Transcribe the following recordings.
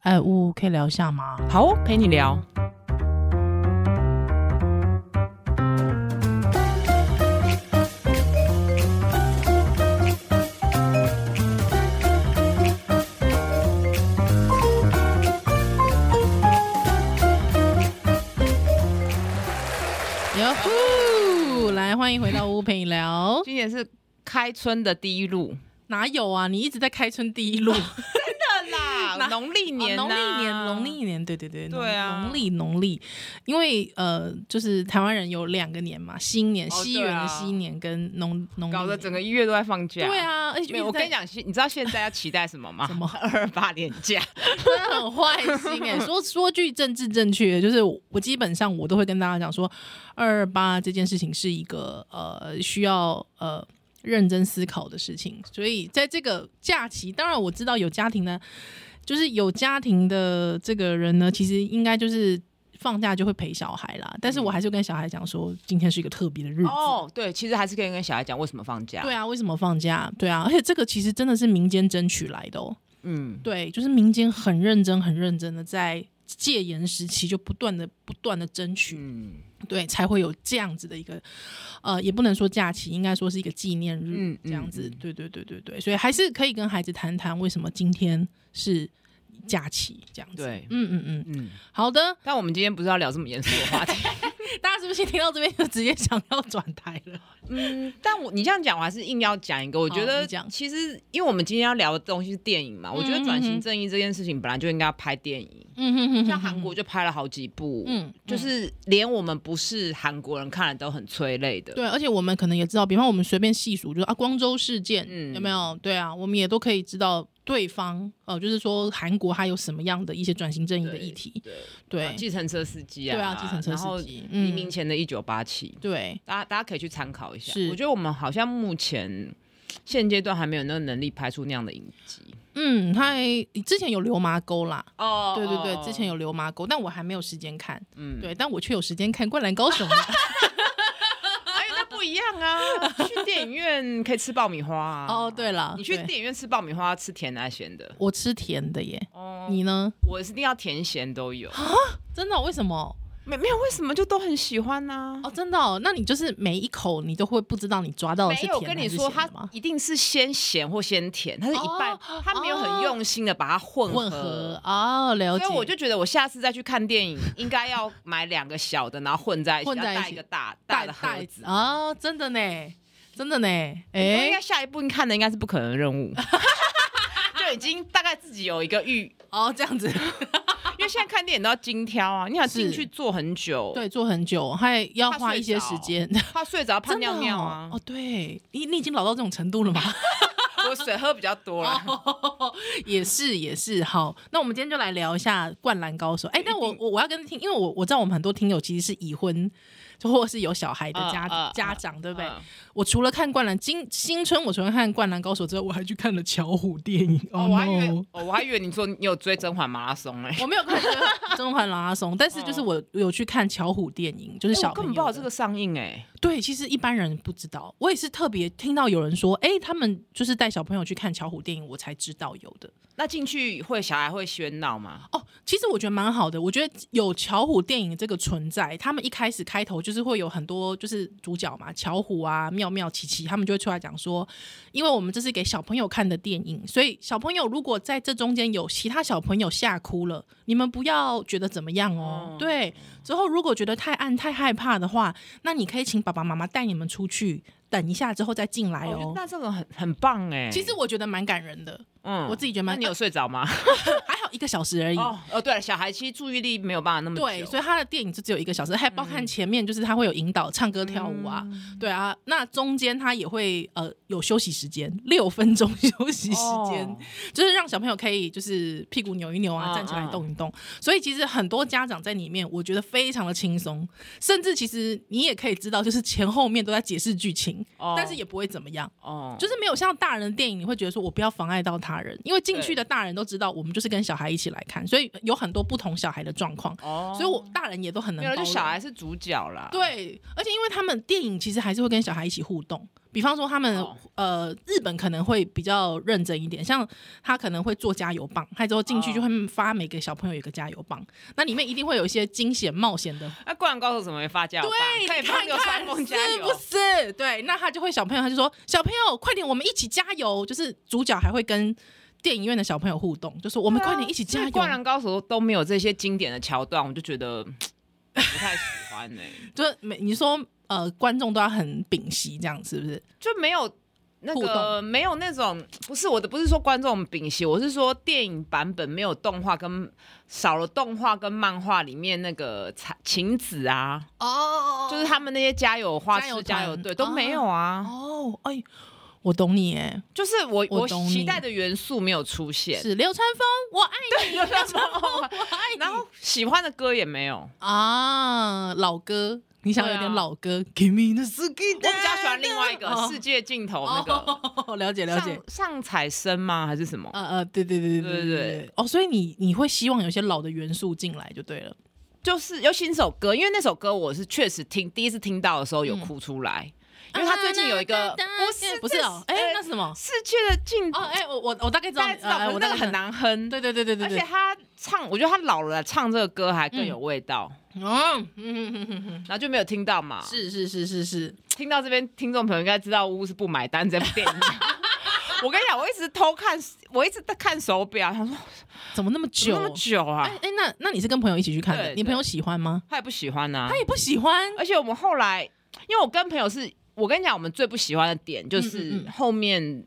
哎，呜，可以聊一下吗？好哦，陪你聊。哟呼，来，欢迎回到屋陪你聊。今年是开春的第一路，哪有啊？你一直在开春第一路，哦真的啦，农历 年呐、农历年，农历年，对对对，农对啊农历农历，因为呃，就是台湾人有两个年嘛，新年，哦西对元啊的西年跟农农历搞得年整个一月都在放假。对，啊，而且没有，我跟你，讲，现你知道现在要期待什么吗？什么二八年假？ 真的很坏心哎、说说句政治正确，就是我基本上我都会跟大家讲说，二二八这件事情是一个呃需要呃认真思考的事情，所以在这个假期，当然我知道有家庭呢，就是有家庭的这个人呢，其实应该就是。放假就会陪小孩啦，但是我还是跟小孩讲说，今天是一个特别的日子。啊哦，对，其实还是可以跟小孩讲为什么放假。嗯对，啊，为什么放假？对啊，而且这个其实真的是民间争取来的哦、嗯，对，就是民间很认真、很认真的在戒严时期就不断的、不断的争取，嗯对，才会有这样子的一个，呃，也不能说假期，应该说是一个纪念日，嗯这样子嗯嗯，对对对对对，所以还是可以跟孩子谈谈为什么今天是假期这样子，对嗯嗯嗯，嗯。好的， 但我们今天不是要聊这么严肃的话题。大家是不是听到这边就直接想要转台了？嗯，但我你这样讲，我还是硬要讲一个。我觉好得你讲其实，因为我们今天要聊的东西是电影嘛，我觉得转型正义这件事情本来就应该要拍电影。嗯哼哼像韩国，就拍了好几部，嗯就是连我们不是韩国人看了都很催泪的。对，而且我们可能也知道，比方我们随便细数，就是啊，光州事件、嗯有没有？对啊，我们也都可以知道对方，呃，就是说韩国它有什么样的一些转型正义的议题，对，对呃计程车司机啊，对啊，计程车然后司机，嗯黎明前的一九八七，对，大家大家可以去参考一下。是我觉得我们好像目前现阶段还没有那个能力拍出那样的影集。嗯，他之前有流麻沟啦，哦对对对，之前，有流麻沟，但我还没有时间看，嗯，对，但我却有时间看《灌篮高 手》呢。哎，那不一样啊！去电影院可以吃爆米花、啊。哦，对了，你去对电影院吃爆米花，吃甜的还是咸的？我吃甜的耶，哦，你呢？我一定要甜咸都有。真的哦、为什么？没没有为什么就都很喜欢呢、哦，真的哦、那你就是每一口你都会不知道你抓到的哦没是有，甜我跟的还你是说，咸的它吗一定是先咸或先甜，它是一半，哦它没有很用心的把它混合。混合哦，了解。所以我就觉得，我下次再去看电影，应该要买两个小的，然后混在一起，混在一要起带一个大带的袋盒子子。啊、哦，真的呢，真的呢，哎、应该下一步看的应该是不可能的任 务，就已经大概自己有一个预哦，这样 子，因为现在看电影都要精挑啊，你想是进去坐很久，，对，坐很久，还要怕花睡一些着时间，怕睡着， 怕真的尿哦尿啊哦，，对你，你已经老到这种程度了吗？ 我水喝比较多哦啦。也是，也是。好，那我们今天就来聊一下《灌篮高手》哎、但我我我要跟听，因为我我知道我们很多听友其实是已婚，就或是有小孩的家、嗯嗯家长，对不对？嗯我除了看《灌篮新新春》，我除了看《灌篮高手》之外，我还去看了巧虎电影。哦，哦、我还以为 no 哦，我还以为你说你有追甄嬛马拉松哎， 我没有看这个《甄嬛拉松》，但是就是我有去看巧虎电影，就是嗯哎小我根朋友本不知道这的个上映哎，对，其实一般人不知道，我也是特别听到有人说，哎、他们就是带小朋友去看巧虎电影，我才知道有的。那进去会小孩会喧闹吗？哦，其实我觉得蛮好的。我觉得有巧虎电影这个存在，他们一开始开头就是会有很多就是主角嘛，巧虎啊、妙妙、琪琪，他们就会出来讲说，因为我们这是给小朋友看的电影，所以小朋友如果在这中间有其他小朋友吓哭了，你们不要觉得怎么样哦。哦对，之后如果觉得太暗、太害怕的话，那你可以请爸爸妈妈带你们出去等一下之后再进来我觉得哦。那这个很很棒哎，其实我觉得蛮感人的，嗯我自己觉得那蛮呃你有睡着吗？还好一个小时而已。哦哦，对了，小孩其实注意力没有办法那么久嗯对，所以他的电影就只有一个小时，还包含前面就是他会有引导唱歌跳舞啊，对啊，那中间他也会呃有休息时间，六分钟休息时间，哦就是让小朋友可以就是屁股扭一扭啊，嗯站起来嗯动一动。所以其实很多家长在里面，我觉得非常的轻松，甚至其实你也可以知道，就是前后面都在解释剧情，哦 但是也不会怎么样。哦，就是没有像大人的电影，你会觉得说我不要妨碍到他人，因为进去对的大人都知道，我们就是跟小孩一起来看，所以有很多不同小孩的状况。哦，所以我大人也都很能没有，包就容。啊小孩是主角啦，对，而且因为他们电影其实还是会跟小孩一起互动，比方说他们、哦呃日本可能会比较认真一点，像他可能会做加油棒，他之后进去哦就会发每个小朋友一个加油棒，那里面一定会有一些惊险冒险的那灌篮高手怎么没发加油棒？对，可以你帮看流川看枫加是油不。是？对，那他就会小朋友，他就说小朋友快点，我们一起加油。就是主角还会跟电影院的小朋友互动，就说我我们快点一起加油。灌篮高手都没有这些经典的桥段，我就觉得不太喜欢哎呢、就是每你说呃，观众都要很屏息，这样是不是？就没有那互个动没有那种不是我的，不是说观众屏息，我是说电影版本没有动画跟少了动画跟漫画里面那个才晴子啊，哦就是他们那些加油花加油式团加油队都没有啊，哦，哎，我懂你哎，就是我我我懂期你待的元素没有出现，是流川枫，我爱你，流川枫，我爱你。 然后喜欢的歌也没有。啊，老歌，你想有对点啊老歌，Give me the skin。我比较喜欢另外一 个哦世界尽头那个哦，了解了解上。上彩生吗？还是什么？呃呃，对对对对对对对对。哦，所以你你会希望有些老的元素进来就对了。就是尤其那首歌，因为那首歌我是确实听第一次听到的时候有哭出来，因为他最近有一嗯个、啊不是不是哦，哎，那是是什么？世界的尽头，哦，哎，我我我大概知道大家你，知呃道，可是我那大个概很知道。难哼，对对对对对而且对。他唱，我觉得他老了唱这个歌还更有味道，嗯嗯嗯嗯嗯嗯，然后就没有听到嘛。是是是是是，听到这边，听众朋友应该知道乌是不买单这部电影。 我跟你讲，我一直偷看，我一直在看手表，想说怎么那么怎久么那？么久啊哎，哎，那那你是跟朋友一起去看的？对哦你朋友喜欢吗？他也不喜欢啊呐、他也不喜欢。而且我们后来，因为我跟朋友是，我跟你讲，我们最不喜欢的点嗯就嗯是嗯后面，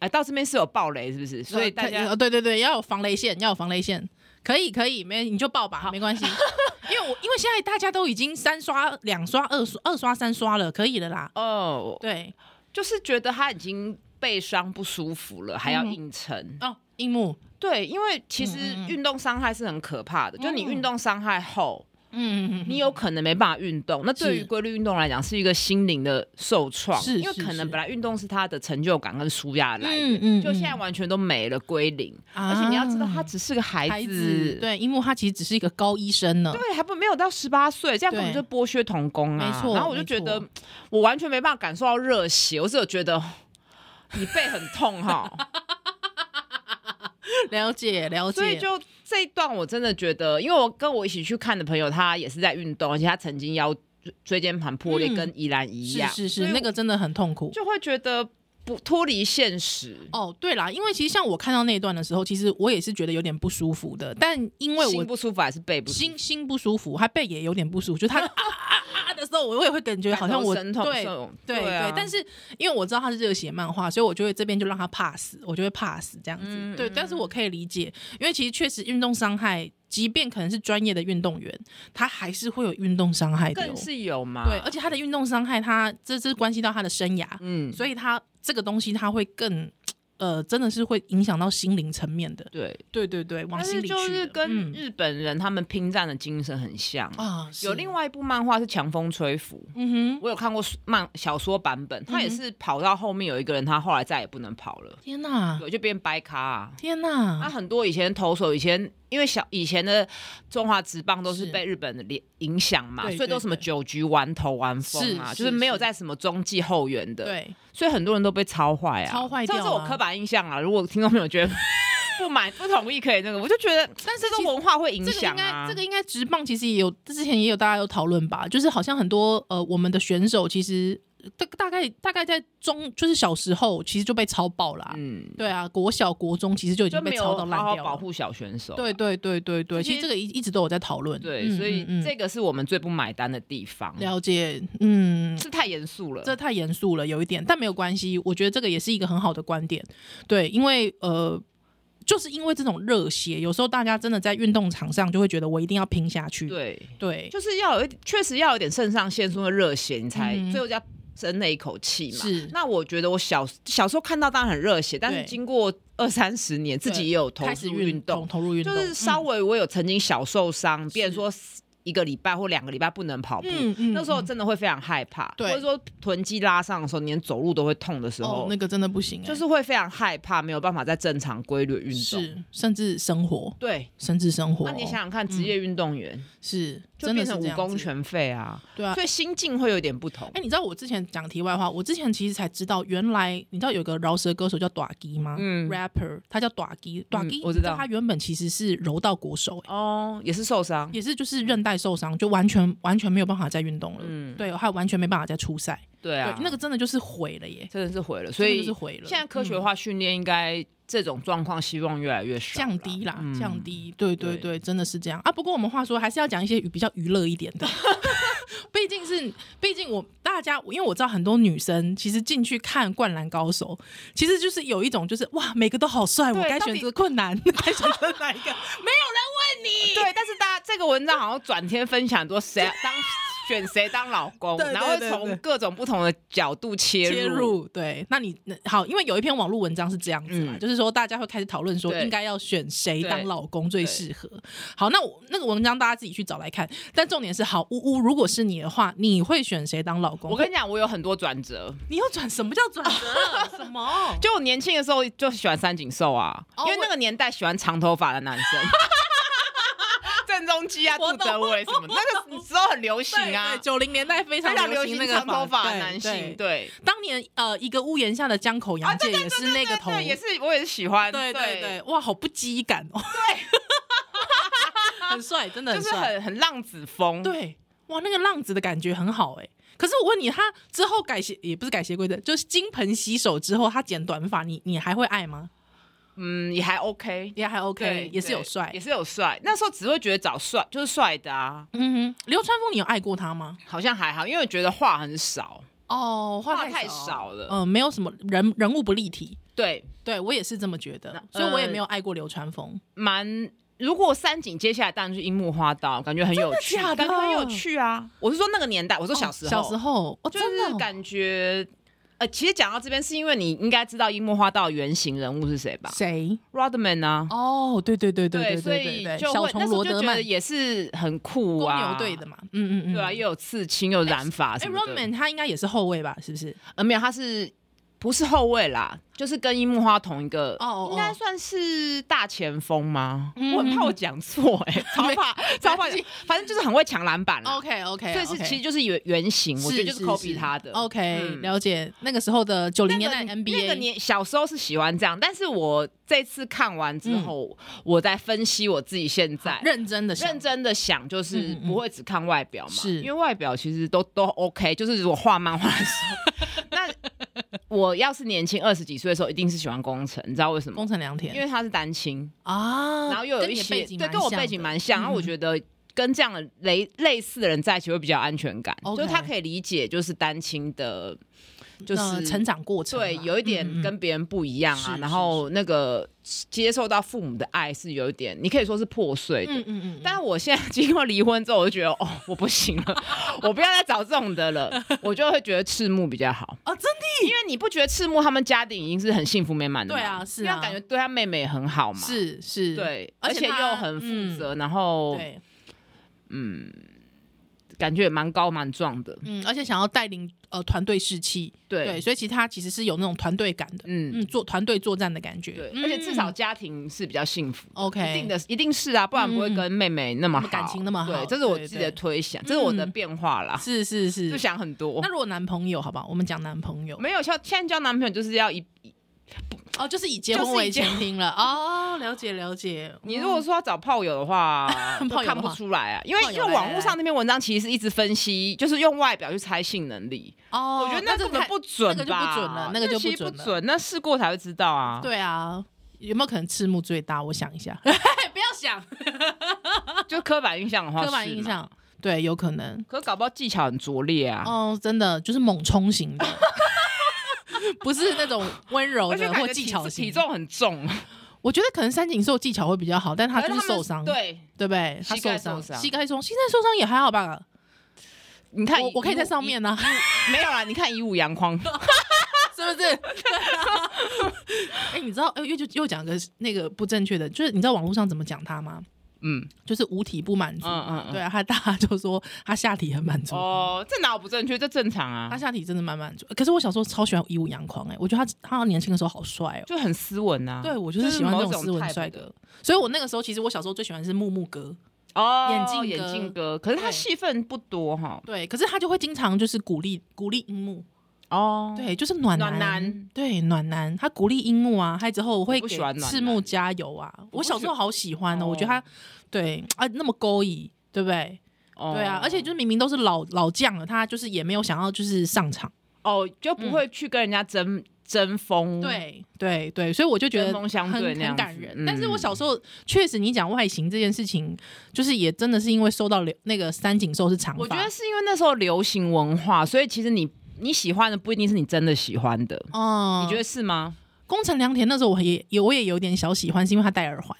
哎、到这边是有暴雷，是不是？所以大家呃，对对对，要有防雷线，要有防雷线，可以可以，没你就报吧，没 关系，因为我因为现在大家都已经三刷、两刷、二刷、二刷、三刷了，可以了啦。哦，对，就是觉得他已经被伤不舒服了，还要嗯硬撑。哦，樱木，对，因为其实嗯嗯嗯运动伤害是很可怕的，就你嗯运动伤害后，嗯，你有可能没办法运动。那对于是规律运动来讲，是一个心灵的受创，是因为是可能是本来运动是他的成就感跟舒压来源。嗯就现在，完全都没了归零，啊而且你要知道，他只是个孩孩子，对，樱木他其实只是一个高医生呢，对，还不没有到十八岁，这样根本对就剥削童工啊！没错然后我就觉得我完全没办法感受到热血，我只有觉得你背很 痛哈，了解了解，所以就这一段我真的觉得，因为我跟我一起去看的朋友，他也是在运动，而且他曾经腰椎间盘破裂，嗯跟怡兰一是样，是所是，以那个真的很痛苦。就会觉得不脱离现实。哦，对啦，因为其实像我看到那一段的时候，其实我也是觉得有点不舒服的，但因为我心不舒服还是背不舒服？心心不舒服，他背也有点不舒服，就他 啊啊啊的时候，我我也会感觉好像我感同身对痛，对啊对，但是因为我知道他是热血漫画，所以我就会这边就让他 pass，我就会 pass 这样子。嗯对，但是我可以理解，因为其实确实运动伤害，即便可能是专业的运动员，他还是会有运动伤害的、哦更。是有嘛？对，而且他的运动伤害，他这这关系到他的生涯，嗯，所以他这个东西他会更。呃，真的是会影响到心灵层面的，对，对对对，往但心是里去的。就是跟嗯日本人他们拼战的精神很像。啊，有是另外一部漫画是《强风吹拂》，嗯哼，我有看过漫小说版嗯本，他也是跑到后面有一个人，他后来再也不能跑了，天哪，对，就变掰咖啊。天那、哪，很多以前投手，以前因为小以前的中华职棒都是是被日本的连影响嘛，对所以都对什么对九局完投完封啊，是就是是没有在什么中继后援的，对，所以很多人都被超坏啊，超坏掉啊这是我刻板印象啊。如果听众朋 友觉得不满不同意，可以那个，我就觉得但是这其个文化会影这个应响该啊。，这个应该直棒其实也有，之前也有大家有讨论吧，就是好像很多呃我们的选手其实大大概大概在中就是小时候其实就被超爆啦、嗯，对啊，国小国中其实就已就经被没有超到好烂好掉了。保护小选手啊。对对对对对，这些其实这个一一直都有在讨论。对，嗯所以嗯嗯这个是我们最不买单的地方，了解，嗯，是太严肃了。这太严肃了，有一点，但没有关系，我觉得这个也是一个很好的观点，对，因为呃，就是因为这种热血，有时候大家真的在运动场上就会觉得我一定要拼下去，对，对，就是要有一，确实要有点肾上腺素的热血，你才嗯最后要争那一口气嘛。是那我觉得我小小时候看到当然很热血，但是对经经过二三十年，自己也有投开始入运运动，投入运动，就是稍嗯微我有曾经小受伤，比如说一个礼拜或两个礼拜不能跑步，嗯嗯那时候真的会非常害怕，对或者说臀肌拉伤的时候，你连走路都会痛的时候，哦，那个真的不行、欸，就是会非常害怕，没有办法在正常规律运动。是甚至生活，对，甚至生活，那你想想看，职业运动员、是就真的变是成这武样功子，全废啊，对啊，所以心境会有点不同哎、。你知道我之前讲题外话，我之前其实才知道，原来你知道有个饶舌歌手叫短基吗？嗯 r a p p e r 他叫短基，短基、我知道他原本其实是柔道国手、哎哦，也是受伤，也是就是韧带受伤，就完全完全没有办法再运动了，嗯，对，还完全没办法再出赛，对啊，对，那个真的就是毁了耶，真的是毁了。所以真的就是毁了，现在科学嗯化训练应该这种状况希望越来越少啦，降低啦，嗯降低，对对对对，真的是这样啊。不过我们话说，还是要讲一些比较娱乐一点的， 毕竟是，毕竟我大家，因为我知道很多女生其实进去看《灌篮高手》，其实就是有一种就是哇，每个都好帅，我对该到底选择困难， 该选择哪一个？没有人问你，对，但是大家这个文章好像转天分享很多谁当选谁当老公，对对然后对从对各种不同的角度切入。切入对，那你那好，因为有一篇网络文章是这样子嘛，嗯就是说大家会开始讨论说对应该要选谁对当老公最适合。好，那我那个文章大家自己去找来看。但重点是，好呜呜，如果是你的话，你会选谁当老公？我跟你讲，我有很多转折。你要转什么叫转折？什么？ 就我年轻的时候就喜欢三井寿啊，哦因为那个年代喜欢长头发的男 生，郑中基啊、我杜懂德伟什么的，那个时候很流行啊，九零年代非常非常流行行那个长头发的对男性，对，对。啊当年呃，一个屋檐下的江口洋介也是那个头，对，也是我也是喜欢，对对对对，哇，好不羁感哦。 对，很帅，真的就很是帅。很很浪子风，对，哇，那个浪子的感觉很好哎、可是我问你，他之后改邪也不是改邪归正，就是金盆洗手之后，他剪短发，你你还会爱吗？嗯，也还 OK，也还 OK，对，也是有对帅也。是有帅。那时候只会觉得找帅就是帅的啊，嗯哼，流川枫，你有爱过他吗？好像还好，因为我觉得话很少，哦，话太少了。嗯、没有什么人人物不立体。对，对我也是这么觉得，那所以我也呃没有爱过流川枫。蛮。如果三井接下来当然就是樱木花道，感觉很有趣，真的假的哦感觉很有趣啊！我是说那个年代，我说小时候，小时候，哦，就真的是哦感觉。呃，其实讲到这边，是因为你应该知道樱木花道的原型人物是谁吧谁？ ？Rodman 啊，哦，对对对对所对以对对，就小会虫那时候罗就德觉曼得，也是很酷公啊，牛队的，嘛，嗯嗯嗯，对啊，又有刺青，又有染发哎什么的。 ，Rodman 他应该也是后卫吧？是不是？呃，没有，他是不是后卫啦？就是跟樱木花同一个，哦哦哦应该算是大前锋吗？嗯我很怕我讲错、哎，超怕，超没怕关系讲，反正就是很会抢篮板啦。 OK OK，所以是其实就是原原型，我觉得就是 copy 他的。 OK，、嗯了解。那个时候的九零那年个代 NBA，、那个年小时候是喜欢这样，但是我这次看完嗯之后，我在分析我自己现在，认真的想认真的想，就是嗯嗯嗯不会只看外表嘛，是因为外表其实都都 OK。就是如果画漫画的时 候，那我要是年轻二十几岁的时候，一定是喜欢工程，你知道为什么？工程良田，因为他是单亲，啊，然后又有跟一你的些背景对蛮跟我像背景的嗯蛮像，然后我觉得。跟这样的类类似的人在一起会比较有安全感 OK 就是他可以理解，就是单亲的，就是、呃成长过程啦，对，有一点嗯跟别人不一样啊。是然是后那个接受到父母的爱是有一点，你可以说是破碎的，嗯嗯嗯，但我现在 经过离婚之后，我就觉得哦，我不行了， 我不要再找这种的了，我就会觉得赤木比较好，哦，真的因为你不觉得赤木他们家庭已经是很幸福美满的吗？对啊是啊嗯因为他感觉对他妹妹也很好嘛，，是是，对，而而且且他嗯又很负责，然后对，感觉也蛮高蛮壮的，嗯，而且想要带领呃团队士气，对，对，所以其实他其实是有那种团队感的，嗯，嗯，做团队作战的感觉，对，嗯而且至少家庭是比较幸福。 OK，一定的，一定是啊，不然不会跟妹妹那么嗯好，感情那么好对，这是我对自己的对嗯推想，这是我的变化啦，是是是就。想很多那。如果男朋友，好吧，我们讲男朋友，没有，像现在交男朋友就是要一哦，就是以结就婚是以为结前提了，哦，了解了解。你嗯，如果说要找炮友的话 就炮友的看不话出来啊，因为炮友因为来网来络上那篇文章其实是一直分析，就是用外表去猜性能力，哦，我觉得那那这根本太不准那个就不吧准了那个就不其实准不了准，那试过才会知道啊。， 对啊，有没有可能赤木最大？我想一 下，不要想就刻板印象的话，刻板印。象，对，有可能。可搞不好技巧很拙劣啊，哦，真的就是猛冲型的， 不是那种温柔而且的感或觉技体巧质型。体，重很重，我觉得可能三井寿技巧会比较好，但 他而且就是们受伤，对，对不对？他膝盖伤，受伤膝盖受，膝盖受伤也还好吧？你看我以我可以在以上面 呢、以没有啦，你看以武阳光，是 不是？对啊哎、你知道，哎、又就又讲个那个不正确的，就是你知道网络上怎么讲他吗？嗯就是五体不满足。嗯嗯，嗯对，啊，他大家就说他下体很满足。哦，这哪有不正确？这正常他啊，下体真的蛮满足，可是我小时候超喜欢以武扬狂哎、我觉得他他年轻的时候好帅哦、就很斯文啊。对，我就是喜欢这某种斯文 type 帅的哥，所以我那个时候其实我小时候最喜欢的是木木哥，哦，眼镜眼哥镜哥，可是他对戏份不多哈。对，可是他就会经常就是鼓励鼓励樱木，哦，，对，就是暖暖男，男对暖男，他鼓励樱木啊，还之后我会不给喜欢暖赤男木加油啊，我我不小喜时候好喜欢哦，我觉得哦他对啊那么勾引，对不对？哦对啊，而且就是明明都是老老将了，他就是也没有想要就是上场，哦，就不会去跟人家争争锋。，对嗯对对，所以我就觉得针锋相很对那样很子感人。嗯但是我小时候确实，你讲外形这件事情，就是也真的是因为受到流那个三井寿是长发，我觉得是因为那时候流行文化，所以其实你你喜欢的不一定是你真的喜欢的。哦，你觉得是吗？宫城良田那时候我也也我也有点小喜欢，是因为他戴耳 环，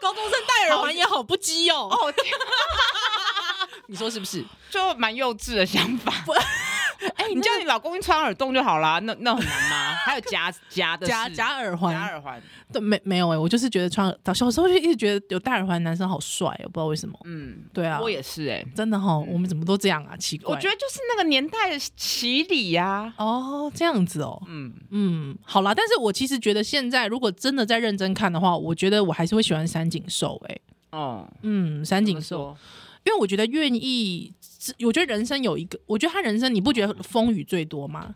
高中生戴耳环也好不羁哦。啊哦，天 你说是不是？就蛮幼稚的想法。 哎、你你叫叫你老公穿耳洞就好啦，那那很难 吗？还有夹夹的夹哦是夹耳夹环，耳环，对，没没有哎、我就是觉得穿耳小时候就一直觉得有戴耳环的男生好帅、哦，不知道为什么。嗯，对啊，我也是哎、真的哈，我们怎么都这样啊？奇怪，我觉得就是那个年代的洗礼呀、哦这样子哦，嗯，嗯，好啦，但是我其实觉得现在如果真的在认真看的话，我觉得我还是会喜欢三井寿哎、哦，嗯，三井怎寿，么说，因为我觉得愿意，我觉得人生有一个，我觉得他人生你不觉得风雨最多吗？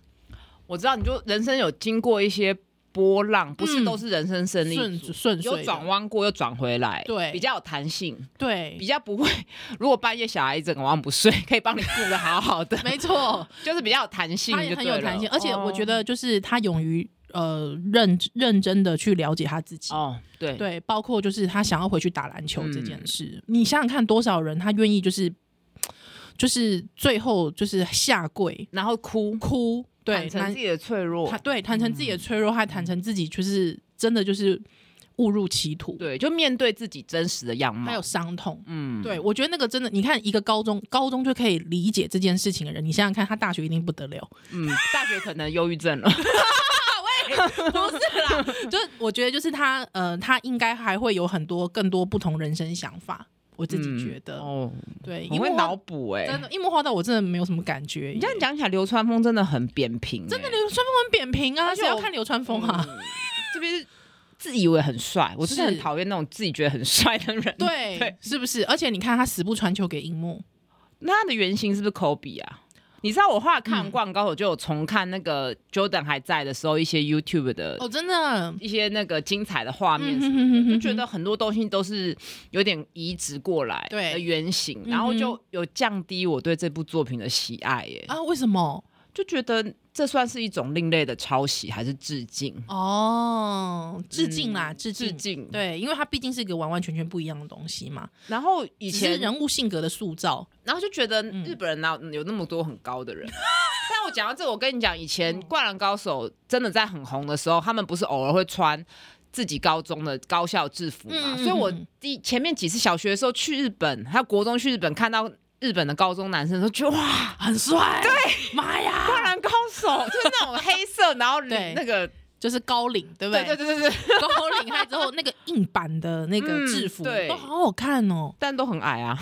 我知道你就人生有经过一些波浪，不是嗯都是人生胜利顺组。顺有遂转的，弯过，又转回来，对比较有弹性，对，比，较不会。如果半夜小孩一整个晚上不睡，可以帮你顾得好好的 没错，就是比较有弹性他就也很对有了弹性，而且我觉哦得就是他勇于呃认认真的去了解他自己。哦，对，对，包括就是他想要回去打篮球这件嗯事，你想想看，多少人他愿意就是就是最后就是下跪然后哭，哭，对，坦诚男自己的脆弱他，对坦诚自己的脆弱，还坦诚自己就是真的就是误入歧途，，对，就面对自己真实的样貌。还有伤痛。嗯，对，我觉得那个真的，你看一个高中高中就可以理解这件事情的人，你想想看，他大学一定不得 了。嗯，大学可能忧郁症了。不是啦，就是我觉得就是他呃，他应该还会有很多更多不同人生想法，我自己觉得，嗯哦，对，你因会为脑补哎，真的，樱木花道我真的没有什么感觉耶。你这样讲起来，流川枫真的很扁平欸，真的流川枫很扁平啊，而且谁要我看流川枫啊？嗯这边是自以为很帅，我真的是很讨厌那种自己觉得很帅的人。，对，对是不是？而且你看他死不传球给樱木，那他的原型是不是科比啊？你知道我后来看《灌篮高手》，就有重看那个 Jordan 还在的时候一些 YouTube 的哦，真的，一些那个精彩的画面什么的嗯就觉得很多东西都是有点移植过来对嗯的原型，哼然后就有降低我对这部作品的喜爱耶，啊，为什么？就觉得这算是一种另类的抄袭还是致敬？哦，致敬啦，嗯致致敬。敬。嗯对，因为他毕竟是一个完完全全不一样的东西嘛，然后以以前前，人物性格的塑造，然后就觉得嗯日本人哪有有那么多很高的人？ 但我讲到这个，我跟你讲，以前嗯《灌篮高手》真的在很红的时候，他们不是偶尔会穿。自己高中的高校制服嘛，嗯嗯所以我嗯第前面几次小学的时候去日本，还有国中去日本，看到日本的高中男生，都觉得哇， 很帅。对，妈呀，灌篮高手，就是那种黑色，然后对那个，就是高领，对不对对对对对，高领还之后那个硬版的那个嗯制服、对都好好看哦。但都很矮啊，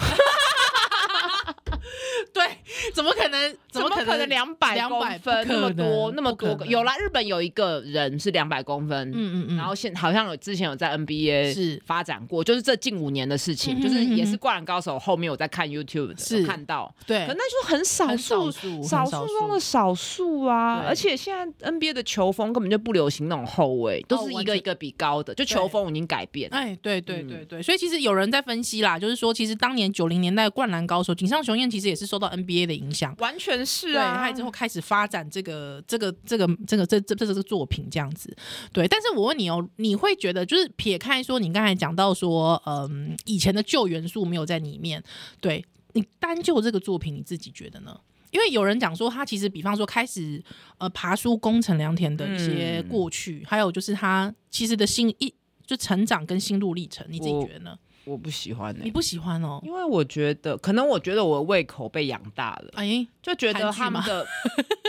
对， 怎么可能？怎么可能两百200公分不那可么能多那么不可多能个？有啦，日本有一个人是两百公分，嗯嗯嗯，然后现好像有之前有在 NBA 是发展过，就是这近五年的事情，嗯哼就是也嗯是哼灌篮高手后面我在看 YouTube 的是有看到，对，可那就是很少很数。数少很数少中的少数啊，对而且现在 NBA 的球风根本就不流行那种后卫，都是一哦完个全一个比高的，就球风已经改变。哎，对对嗯对对，所以其实有人在分析啦，就是说，其实当年九零年代的灌篮高手井上雄彦其实也是受到 NBA 的影响，完全是对，他之后开始发展这个这个这个这个这这这这个作品这样子，对。但是我问你哦，你会觉得就是撇开说你刚才讲到说，嗯，以前的旧元素没有在里面，对你单就这个作品你自己觉得呢？因为有人讲说，他其实比方说开始呃爬书宫城良田的一些嗯过去，还有就是他其实的心一就成长跟心路历程，你自己我觉得呢？我不喜欢、你欸，不喜欢哦？因为我觉得可能我觉得我的胃口被养大了，哎，就觉得他们的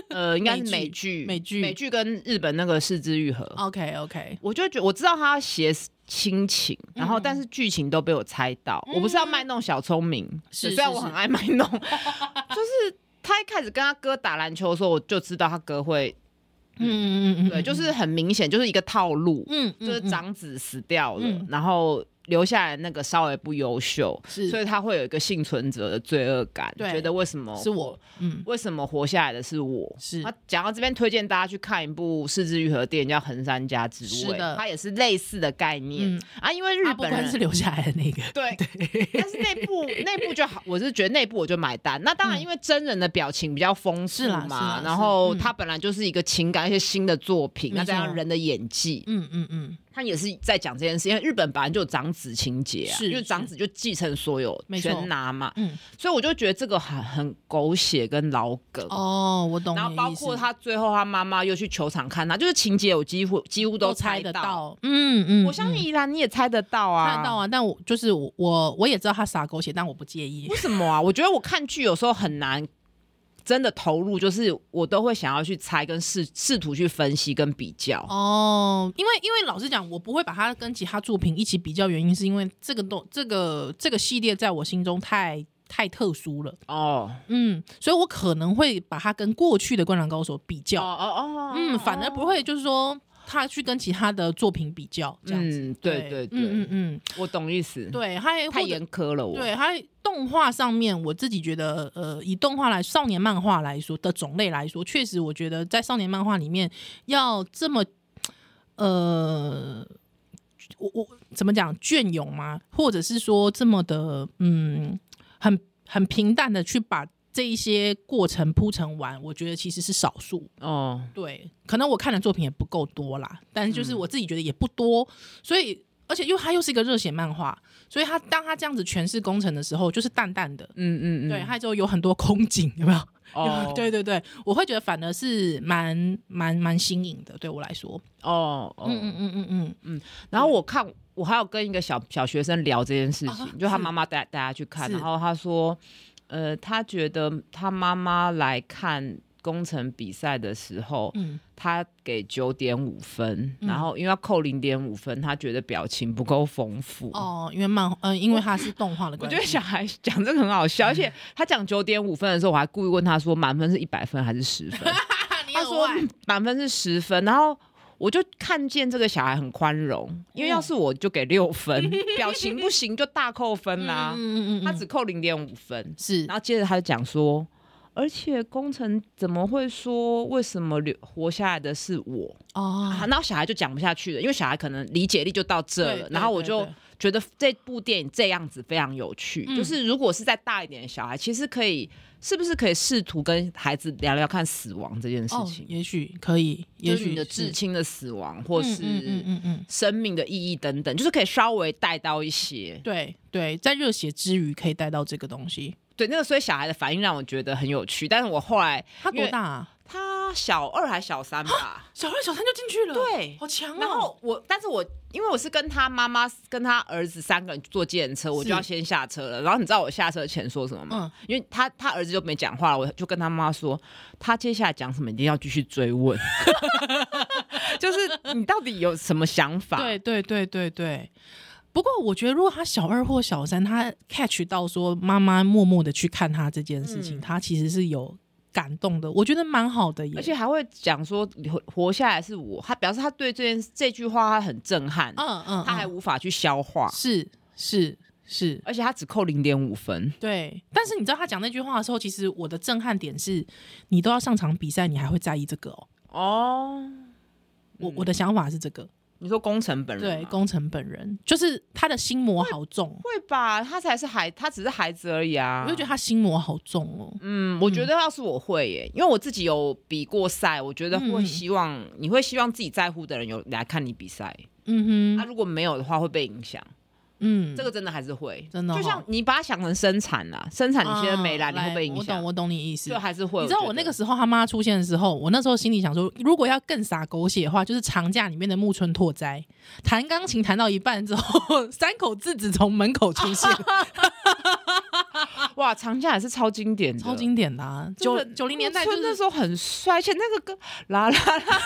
呃应该是美美剧、美剧美剧跟日本那个《四肢愈合》 OK OK，我就觉我知道他写亲情，嗯然后但是剧情都被我猜到。我不是要卖弄小聪明，是对虽然是我是很爱卖弄， 就是他一开始跟他哥打篮球的时候，我就知道他哥会，嗯嗯嗯，对，就是很明显就是一个套路，嗯，嗯就是嗯长子死掉了，嗯然后留下来那个稍微不优秀，是所以他会有一个幸存者的罪恶感，对觉得为什么是我，嗯，为什么活下来的是我？是那讲到这边，推荐大家去看一部四之愈合电影，叫《横山家之味是的》，它也是类似的概念、嗯啊。因为日阿布本宽人是留下来的那个，对，但是内 部内部就好，我是觉得内部我就买单。那当然，嗯因为真人的表情比较丰富是啦是啦嘛，是然后嗯它本来就是一个情感一些新的作品，没那再加错上人的演技，嗯嗯嗯，他也是在讲这件事，因为日本本来就有长子情节啊，是因为长是子就继承所有没，错全拿嘛，嗯，所以我就觉得这个很很狗血跟老梗。 哦，我懂你然的意后思，包括他最后他妈妈又去球场看他，就是情节我几乎几乎都猜猜得。到，嗯嗯，我相嗯信依然你也猜得到啊，看得到啊，但我就是我我我也知道他撒狗血，但我不介意 为，什么啊？我觉得我看剧有时候很难真的投入，就是我都会想要去猜跟试试图去分析跟比较。哦，因为因为老实讲，我不会把它跟其他作品一起比较，原因是因为这个东这个这个系列在我心中太太特殊了，哦嗯，所以我可能会把它跟过去的《灌篮高手》比哦较，哦哦，嗯，反而不会就是说他去跟其他的作品比较这样子，嗯，对对对，嗯嗯嗯，我懂意思。对，还有太或者严苛了我，对，还有动画上面，我自己觉得，呃，以动画来少年漫画来说的种类来说，确实我觉得在少年漫画里面要这么，呃，我我怎么讲隽永吗？或者是说这么的，嗯，很很平淡的去把这一些过程铺陈完，我觉得其实是少数。哦，对，可能我看的作品也不够多啦，但是就是嗯我自己觉得也不多，所以而且又它又是一个热血漫画，所以它当它这样子诠释工程的时候，就是淡淡的，嗯嗯嗯，对，还有有很多空景，有没 有？哦对对对，我会觉得反而是蛮蛮蛮新颖的，对我来说，哦哦，嗯嗯嗯嗯嗯，然后我看，我还有跟一个小小学生聊这件事情，啊就他是妈妈带带他去看，是然后他说，呃，他觉得他妈妈来看工程比赛的时候，嗯他给九点五分，嗯然后因为要扣零点五分，他觉得表情不够丰富。哦，因为漫嗯、因为它是动画的我关觉系，得小孩讲这个很好嗯笑，而且他讲九点五分的时候，我还故意问他说满分是一百分还是十分，你他很说坏嗯满分是十分，然后我就看见这个小孩很宽容，嗯因为要是我就给 六分，表情不行就大扣分啦、嗯嗯嗯嗯嗯，啊他只扣零点五分。是然后接着他就讲说，而且工程怎么会说为什么留活下来的是我？哦啊，然后小孩就讲不下去了，因为小孩可能理解力就到这对了。对然后我对就对觉得这部电影这样子非常有趣，嗯就是如果是再大一点的小孩，其实可以是不是可以试图跟孩子聊聊看死亡这件事哦情，？也许可以，也就是许你的是至亲的死亡，嗯或嗯嗯是嗯嗯。生命的意义等等，就是可以稍微带到一些。对对，在热血之余可以带到这个东西。对，那个所以小孩的反应让我觉得很有趣，但是我后来他因多为大、啊？他小二还小三吧。小二、小三就进去了，对好强哦。然后我，但是我因为我是跟他妈妈、跟他儿子三个人坐计程车，我是嗯就要先下车了。然后你知道我下车前说什么吗？因为他他儿子就没讲话了，我就跟他妈说，他接下来讲什么一定要继续追问， 就是你到底有什么想法？对对对对对。不过我觉得，如果他小二或小三，他 catch 到说妈妈默默的去看他这件事情，嗯他其实是有感动的，我觉得蛮好的耶。而且还会讲说活活下来是我，他表示他对这件这句话他很震撼，嗯，嗯嗯，他还无法去消化，是是是，而且他只扣零点五分。对。但是你知道他讲那句话的时候，其实我的震撼点是，你都要上场比赛，你还会在意这个哦。哦，我嗯我的想法是这个，你说工程本人啊对吗工程本人，就是他的心魔好重，哦会吧，他才是孩，他只是孩子而已啊。我就觉得他心魔好重哦。嗯，我觉得要是我会耶，因为我自己有比过赛，我觉得会嗯希望、你会希望自己在乎的人有来看你比赛。嗯那、哼，如果没有的话，会被影响。嗯，啊这个真的还是会，真的就哦像你把它想成生产啦，生产你现在没来，啊你会被影我懂，响，我懂你意思就。还是会。你知道觉我那得个时候他妈出现的时候，我那时候心里想说，如果要更撒狗血的话，就是长假里面的木村拓哉弹钢琴弹到一半之后， 三口字子从门口出 现，哇，长假也是超经典的，超经典的、啊。真九的九零年代就木村那是 时候很帅，而且那个歌啦啦啦啦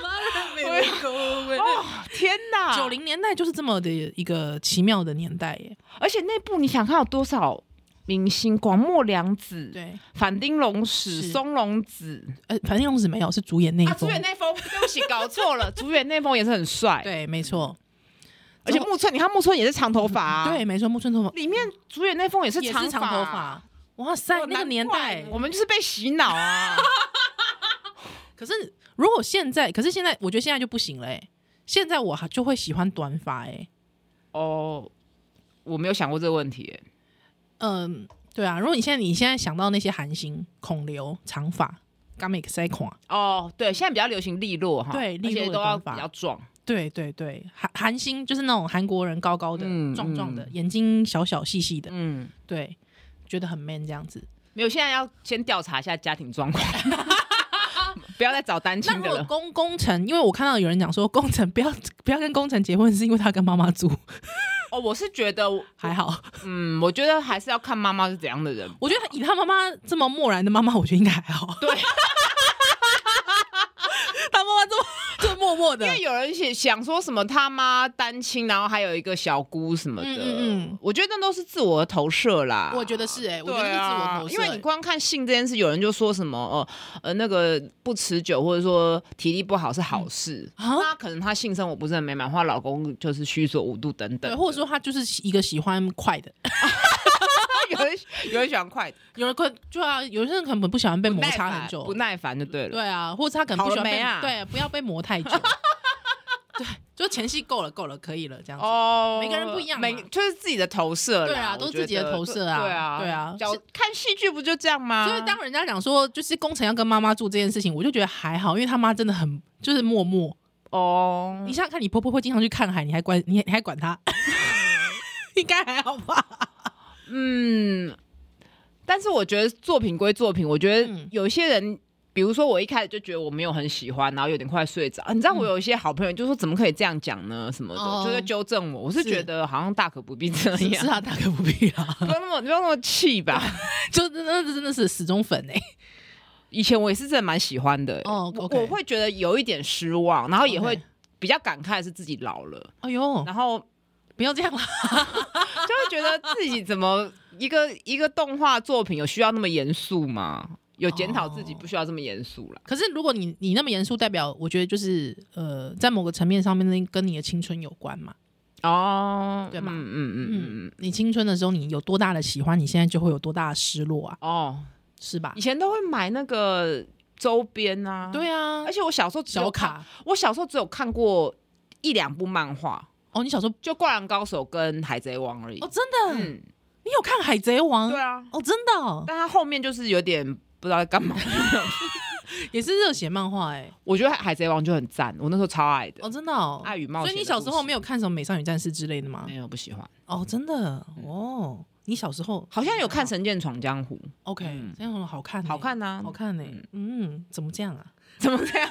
啦啦啦哦，天哪！九零年代就是这么的一个奇妙的年代耶。而且内部你想看有多少明星？广末凉子、对，反町隆史、是松隆子呃，反正用子没有，是主演那一啊，部竹。野内丰，对不起，搞错了，竹野内丰也是很帅，，对，没错，而且木村，你看木村也是长头发、啊，嗯对，，没错，木村拓里面竹野内丰也是也是长啊哦长头发。哇塞，那个年代我们就是被洗脑 啊！可是如果现在，可是现在我觉得现在就不行了哎、现在我还就会喜欢短发哎、哦，我没有想过这个问题耶，嗯，对啊，如果你现在你现在想到那些韩星孔刘长发。刚美克塞款，哦，对，现在比较流行利落哈，对利落的而且都要短发比较壮，对对对，韩韩星就是那种韩国人，高高的、嗯壮壮的，嗯眼睛小小细细的，嗯，对，觉得很 man 这样子。没有，现在要先调查一下家庭状况， 不要再找单那亲如的果了。工工程，因为我看到有人讲说工程不要 不要跟工程结婚，是因为他跟妈妈住，哦，我是觉得，还好。嗯，我觉得还是要看妈妈是怎样的人。我觉得以他妈妈这么漠然的妈妈，我觉得应该还好。对， 他妈妈这么这么默默的因，为有人想想说什么他妈单亲，然后还有一个小姑什么的，嗯嗯嗯我觉得那都是自我的投射啦。我觉得是哎、我觉得是啊对自我啊投，射、因为你光看性这件事，有人就说什么哦呃那个不持久，或者说体力不好是好事。啊那可能她性生活不是很美满，或她老公就是虚索无度等对，等的。或者说他就是一个喜欢快的，有人有人喜欢快的，有人快就啊，有些人可能不喜欢被摩耐擦烦很久，不耐烦就对了。对啊，或者他可能不喜欢被、好了没啊对，不要被磨 太久，对，就前戏够了，够了，可以了，这样子。哦每个人不一样嘛每就是自己的投射啦，对啊我都是觉自己的得投射啊对啊，对啊讲看戏剧不就这样吗？所以当人家讲说就是工程要跟妈妈住这件事情，我就觉得还好，因为他妈真的很就是默默。哦，你想想看，你婆婆会经常去看海，你还管你你还管她，应该还好吧？嗯，但是我觉得作品归作品，我觉得嗯有些人。比如说，我一开始就觉得我没有很喜欢，然后有点快睡着。啊你知道，我有一些好朋友就说怎么可以这样讲呢？什么的，嗯哦就在纠正我。我是是觉得好像大可不必这样，是啊，大可不必啊，不要那么不要那么气吧。 就真的真的是死忠粉哎、以前我也是真的蛮喜欢的、哦我，OK 我会觉得有一点失望，然后也会 OK 比较感慨是自己老了，哎呦，然后不要这样啦，就会觉得自己怎么一个一个动画作品有需要那么严肃吗？有检讨自己哦不需要这么严肃啦。可是如果你你那么严肃，代表我觉得就是呃，在某个层面上面呢，跟你的青春有关嘛。哦，对吧嗯嗯嗯嗯嗯嗯。，你青春的时候，你有多大的喜欢，你现在就会有多大的失落啊，哦，是吧以？前都会买那个周边啊，，对啊而，且我小时候只有小看，卡我小时候只有看过一两部漫画，哦，你小时候就《灌篮高手》跟《海贼王》而已哦，。真的，嗯，你有看《海贼王》对啊，哦，真的哦、但他后面就是有点不知道在干嘛。 也是热血漫画哎、我觉得《海贼王》就很赞，我那时候超爱的，哦，真的哦，爱与冒所险的以你小时候没有？有看什么《美少女战士》之类的吗没？有，不喜欢。哦，真的哦，你小时候嗯哦好像有看《神剑闯江湖 OK，、嗯这样很好看、》，好、看啊好，看呢、嗯嗯，怎么这样啊？怎么 这样？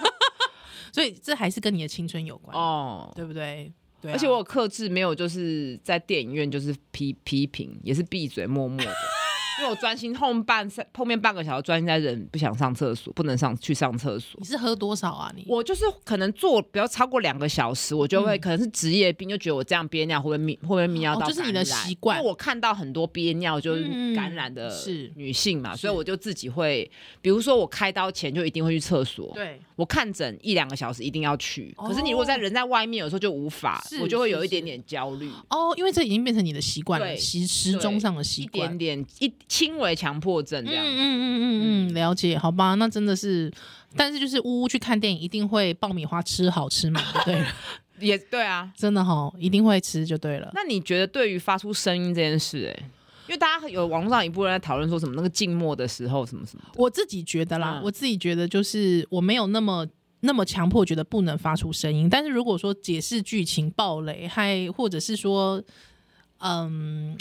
所以这还是跟你的青春有关，哦，对不对？对啊、而且我有克制，没有就是在电影院就是批批评，也是闭嘴默默的， 因为我专心后面半三后面半个小时专心在忍，不想上厕所，不能上去上厕所你。是喝多少啊？你我就是可能坐不要超过两个小时，我就会、嗯可能是职业病，就觉得我这样憋尿会不会泌会不会泌尿哦道、就是你的习惯因为我看到很多憋尿就是嗯感染的是女性嘛，所以是我就自己会，比如说我开刀前就一定会去厕所，对我看诊一两个小时一定要去，哦可是你如果在人在外面，有时候就无法，是我就会是有一是点点焦虑，哦，因为这已经变成你的习惯了，对习时钟上的习一惯点。点一轻微强迫症嗯这样。嗯嗯嗯嗯，了解，好吧，那真的是，但是就是呜呜去看电影，一定会爆米花吃好吃嘛，就对了， 也对啊。真的哈，一定会吃就对了。那你觉得对于发出声音这件事、欸，因为大家有网络上一部分人在讨论说什么那个静默的时候什么什么的，我自己觉得啦，嗯我自己觉得就是我没有那么那么强迫，觉得不能发出声音。但是如果说解释剧情暴雷，还或者是说，嗯，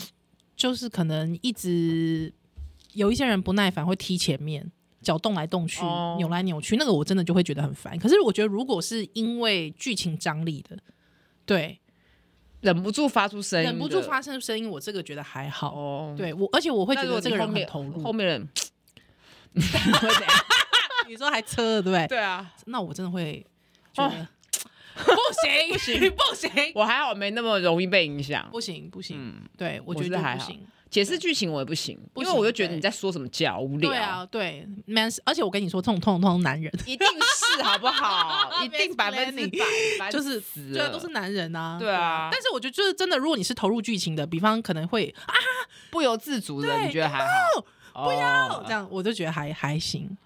就是可能一直有一些人不耐烦会踢前面。脚动来动去哦，扭来扭去，那个我真的就会觉得很烦。可是我觉得，如果是因为剧情张力的，对，忍不住发出声音的，忍不住发生声音，我这个觉得还好。哦。对我，而且我会那觉如果得这个你人后很面投入。后面人你会怎样？ 你说还车，对不对？ 对啊，那我真的会觉得、哦 不行， 不行，啊我还好没那么容易被影响。不行，不行，嗯，对我我觉是得还不好行。解释剧情我也不行，不因为行我就觉得对你在说什么教无聊。对啊，对，man，而且我跟你说，这种通通男人，一定是 好不好？一定 Mansplaining 百分之百，烦就是死对啊，了，都是男人啊，对啊但是我觉得就是真的，如果你是投入剧情的，比方可能会啊不由自主的，对你觉得还好？不哦要这，样，我就觉得还还行。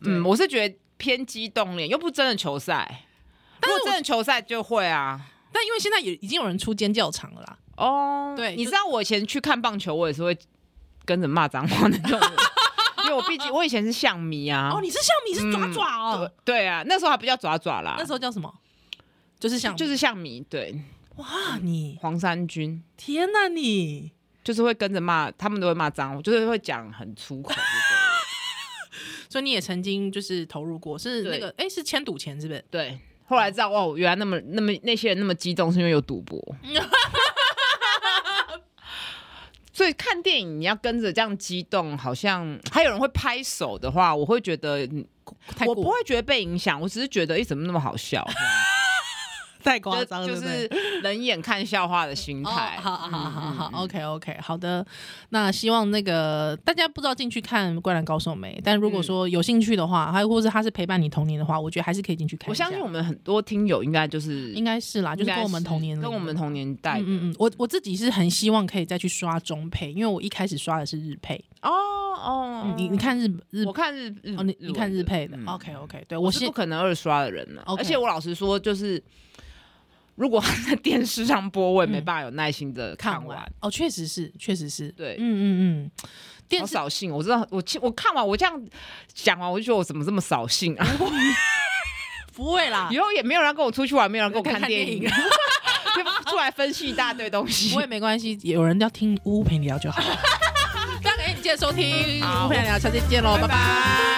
嗯，我是觉得偏激动恋，又不真的球赛。如果真的球赛就会啊，但因为现在也已经有人出尖叫场了啦，哦，对你就知道我以前去看棒球，我也是会跟着骂脏话那种 人，因为我毕竟我以前是象迷啊。哦，你是象迷是爪爪哦，对啊，那时候还不叫爪爪啦，那时候叫什么？就是像就是象迷，对，哇，你黄山军天哪你！就是会跟着骂，他们都会骂脏，就是会讲很粗口就对了。所以你也曾经就是投入过，是那个哎、诶是签赌钱是不是？对，后来知道哦，原来那么那么那些人那么激动，是因为有赌 博。所以看电影你要跟着这样激动，好像还有人会拍手的话，我会觉得嗯太我过不会觉得被影响，我只是觉得哎、诶怎么那么好 笑，太就夸张了，就对不对是冷眼看笑话的心哦，态。好好好好好嗯嗯嗯，OK OK，好的。那希望那个大家不知道进去看《灌篮高手》没？但嗯如果说有兴趣的话，还有或者他是陪伴你童年的话，我觉得还是可以进去看一我下。相信我们很多听友应该就是应该是啦，就是跟我们童年应的，该是跟我们同年代嗯嗯嗯，我我自己是很希望可以再去刷中配，因为我一开始刷的是日配。哦哦嗯你你看日日我看日日哦，你文你看日配的嗯，OK OK，对我我是是不可能二刷的人了。 OK 而且我老实说，就是如果他在电视上播，我也没嗯办法有耐心的看看完。完哦，确实是，确实是，对嗯嗯嗯，电好视扫兴！我知道，我其我看完我这样讲完，我就觉得我怎么这么扫兴啊！嗯不会啦，以后也没有人跟我出去玩，没有人跟我看看电电影，影就出来分析一大堆东西不。会没关系，有人要 听屋陪你聊就好。大家感谢你今天的收听，好屋陪你聊，下次见喽，拜拜拜。